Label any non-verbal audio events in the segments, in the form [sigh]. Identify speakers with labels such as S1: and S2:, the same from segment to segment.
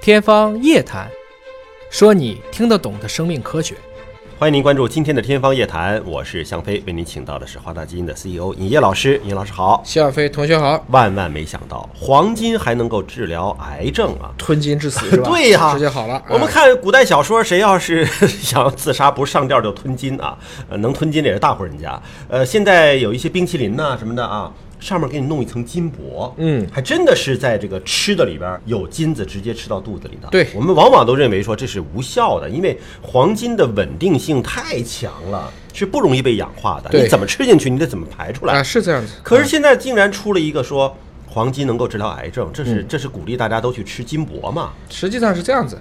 S1: 天方夜谭，说你听得懂的生命科学。
S2: 欢迎您关注今天的《天方夜谭》，我是向飞，为您请到的是华大基因的 CEO 尹烨老师。尹老师好。
S1: 小飞同学好，
S2: 万万没想到，黄金还能够治疗癌症啊！
S1: 吞金 [laughs] 致死是吧？
S2: 对呀
S1: 直接好了。
S2: 我们
S1: 啊
S2: 看古代小说，谁要是 [laughs] 想自杀，不是上吊就吞金啊，呃能吞金的也是大户人家。呃，现在有一些冰淇淋呐、什么的啊，上面给你弄一层金箔，
S1: 嗯，
S2: 还真的是在这个吃的里边有金子，直接吃到肚子里的。
S1: 对
S2: 我们往往都认为说这是无效的，因为黄金的稳定性太强了，是不容易被氧化的。
S1: 对
S2: 你怎么吃进去，你得怎么排出来
S1: 啊，。是这样子。
S2: 可是现在竟然出了一个说黄金能够治疗癌症，这
S1: 嗯
S2: 是这是鼓励大家都去吃金箔嘛？
S1: 实际上是这样子，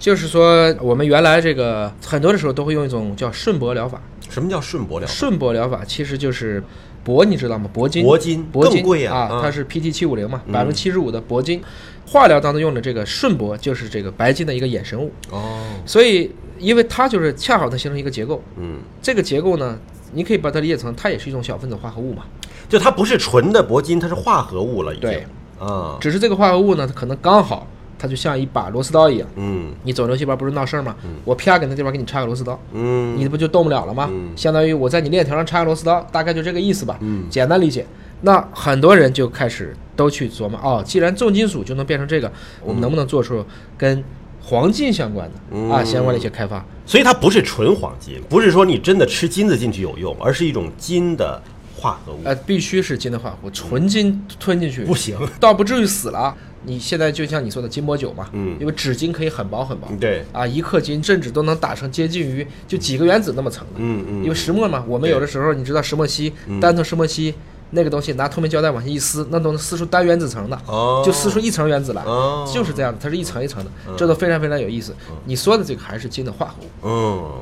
S1: 就是说我们原来这个很多的时候都会用一种叫顺铂疗法。
S2: 什么叫顺铂疗法？
S1: 顺铂疗法其实就是铂，你知道吗？铂金，
S2: 铂金
S1: 铂金
S2: 更贵啊
S1: 啊，嗯
S2: 啊
S1: 它是 PT 七五零嘛，百分之七十五的铂金。化疗当中用的这个顺铂就是这个白金的一个衍生物，
S2: 哦，
S1: 所以因为它就是恰好它形成一个结构，
S2: 嗯，
S1: 这个结构呢，你可以把它理解成它也是一种小分子化合物嘛，
S2: 就它不是纯的铂金，它是化合物了，已经。
S1: 对
S2: 啊，
S1: 只是这个化合物呢，它可能刚好它就像一把螺丝刀一样，
S2: 嗯
S1: 你肿瘤细胞不是闹事儿吗？我啪给那地方给你插个螺丝刀，
S2: 嗯，
S1: 你不就动不了了吗？相当于我在你链条上插个螺丝刀，大概就这个意思吧。
S2: 嗯
S1: 简单理解。那很多人就开始都去琢磨，哦，既然重金属就能变成这个，
S2: 嗯
S1: 我们能不能做出跟黄金相关的、
S2: 嗯
S1: 啊相关的一些开发？
S2: 所以它不是纯黄金，不是说你真的吃金子进去有用，而是一种金的化合物。
S1: 呃，必须是金的化合物，纯金吞进去
S2: 不行，
S1: 倒不至于死了啊。你现在就像你说的金箔酒嘛，
S2: 嗯
S1: 因为纸巾可以很薄很薄，
S2: 对，
S1: 啊，一克金甚至都能打成接近于就几个原子那么层的，
S2: 嗯嗯，
S1: 因为石墨嘛，我们有的时候你知道石墨烯，单层石墨烯那个东西拿透明胶带往下一撕，那都能撕出单原子层的，
S2: 哦，
S1: 就撕出一层原子来，
S2: 哦
S1: 就是这样的，它是一层一层的，这都非常非常有意思。你说的这个还是金的化合物，
S2: 嗯，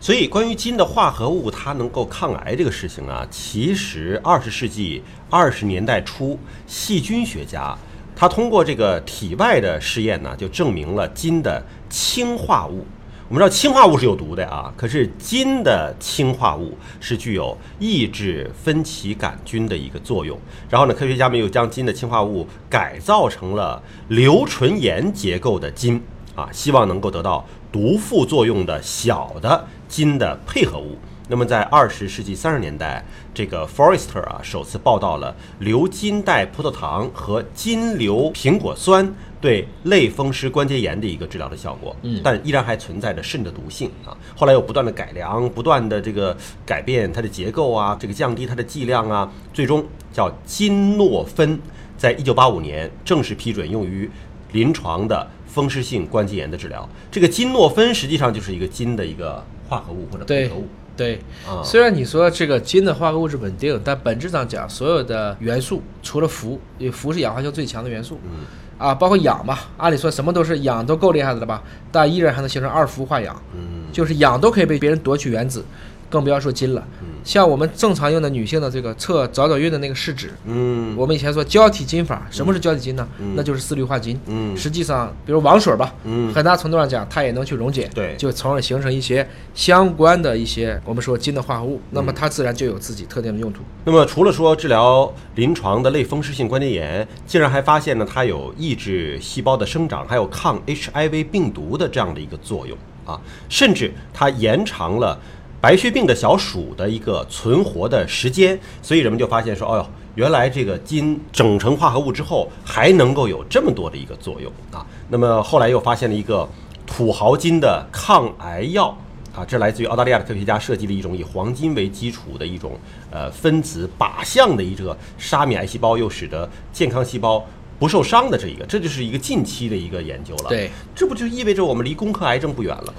S2: 所以关于金的化合物它能够抗癌这个事情啊，其实二十世纪二十年代初，细菌学家他通过这个体外的试验呢，就证明了金的氢化物。我们知道氢化物是有毒的啊，可是金的氢化物是具有抑制分歧杆菌的一个作用。然后呢，科学家们又将金的氢化物改造成了硫醇盐结构的金。啊，希望能够得到毒副作用的小的金的配合物。那么，在二十世纪三十年代，这个 Forrester 啊首次报道了硫金代葡萄糖和金硫苹果酸对类风湿关节炎的一个治疗的效果，嗯，但依然还存在着肾的毒性啊。后来又不断的改良，不断的这个改变它的结构啊，这个降低它的剂量啊，最终叫金诺芬，在一九八五年正式批准用于临床的风湿性关节炎的治疗。这个金诺芬实际上就是一个金的一个化合物或者配
S1: 对
S2: 合物。
S1: 对。
S2: 嗯啊
S1: 虽然你说这个金的化合物质稳定，但本质上讲，所有的元素除了氟，因为氟是氧化性最强的元素，
S2: 嗯
S1: 啊，包括氧嘛，按理说什么都是氧都够厉害的了吧，但依然还能形成二氟化氧，
S2: 嗯
S1: 就是氧都可以被别人夺取原子，更不要说金了。
S2: 嗯
S1: 像我们正常用的女性的这个测早早孕的那个试纸，
S2: 嗯
S1: 我们以前说胶体金法，什么是胶体金呢？那就是四氯化金。
S2: 嗯
S1: 实际上，比如王水吧，
S2: 嗯
S1: 很大程度上讲，它也能去溶解，
S2: 对
S1: 就从而形成一些相关的一些我们说金的化合物，那
S2: 嗯
S1: 么它自然就有自己特定的用途。
S2: 那么除了说治疗临床的类风湿性关节炎，竟然还发现呢，它有抑制细胞的生长，还有抗 HIV 病毒的这样的一个作用啊，甚至它延长了白血病的小鼠的一个存活的时间，所以人们就发现说，哦哟，原来这个金整成化合物之后还能够有这么多的一个作用啊。那么后来又发现了一个土豪金的抗癌药。啊，这来自于澳大利亚的科学家设计了一种以黄金为基础的一种呃分子靶向的一个杀灭癌细胞，又使得健康细胞不受伤的这一个，这就是一个近期的一个研究了。
S1: 对，
S2: 这不就意味着我们离攻克癌症不远了？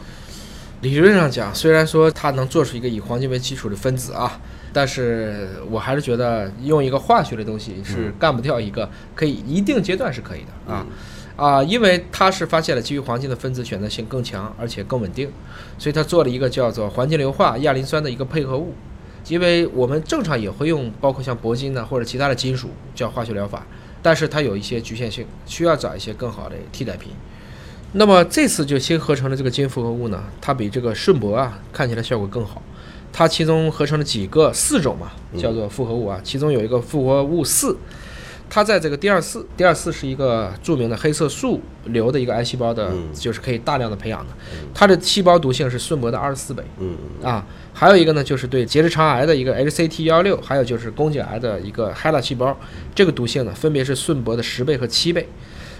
S1: 理论上讲，虽然说它能做出一个以黄金为基础的分子啊，但是我还是觉得用一个化学的东西是干不掉一个可以一定阶段是可以的啊。啊，因为它是发现了基于黄金的分子选择性更强，而且更稳定，所以它做了一个叫做环境硫化亚磷酸的一个配合物。因为我们正常也会用，包括像铂金呐、或者其他的金属叫化学疗法，但是它有一些局限性，需要找一些更好的替代品。那么这次就新合成的这个金复合物呢，它比这个顺铂啊看起来效果更好。它其中合成了几个四种嘛，叫做复合物啊，其中有一个复合物四，它在这个第二四，第二四是一个著名的黑色素瘤的一个癌细胞的，
S2: 嗯
S1: 就是可以大量的培养的，它的细胞毒性是顺铂的二十四倍
S2: 嗯
S1: 啊。还有一个呢，就是对结直肠癌的一个 HCT 幺六，还有就是宫颈癌的一个 HeLa 细胞，这个毒性呢分别是顺铂的十倍和七倍。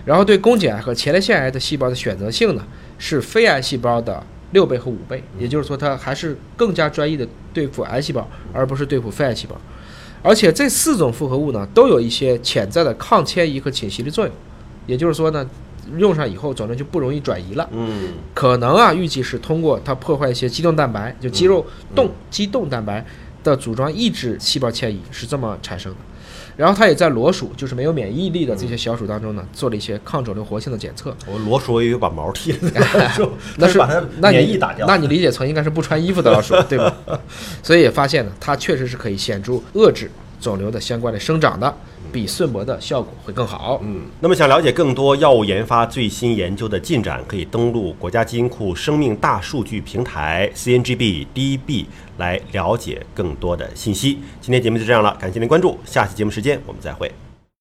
S1: 然后对宫颈癌和前列腺癌的细胞的选择性呢是非癌细胞的六倍和五倍，也就是说它还是更加专一的对付癌细胞，而不是对付非癌细胞。而且这四种复合物呢都有一些潜在的抗迁移和侵袭的作用，也就是说呢用上以后肿瘤就不容易转移了。
S2: 嗯
S1: 可能啊，预计是通过它破坏一些肌动蛋白，就肌肉
S2: 嗯
S1: 动、肌动蛋白的组装抑制细胞迁移，是这么产生的。然后它也在裸鼠，就是没有免疫力的这些小鼠当中呢，做了一些抗肿瘤活性的检测。
S2: 我裸鼠我以为把毛剃了，
S1: [laughs] 那
S2: 它
S1: 是
S2: 把它
S1: 那
S2: 免
S1: 你
S2: 疫打掉。
S1: 那你理解成应该是不穿衣服的老鼠，对
S2: [laughs]
S1: 吧？所以也发现呢，它确实是可以显著遏制肿瘤的相关的生长的，比顺铂的效果会更好。
S2: 嗯，那么想了解更多药物研发最新研究的进展，可以登录国家基因库生命大数据平台 CNGB DB 来了解更多的信息。今天节目就这样了，感谢您关注，下期节目时间我们再会。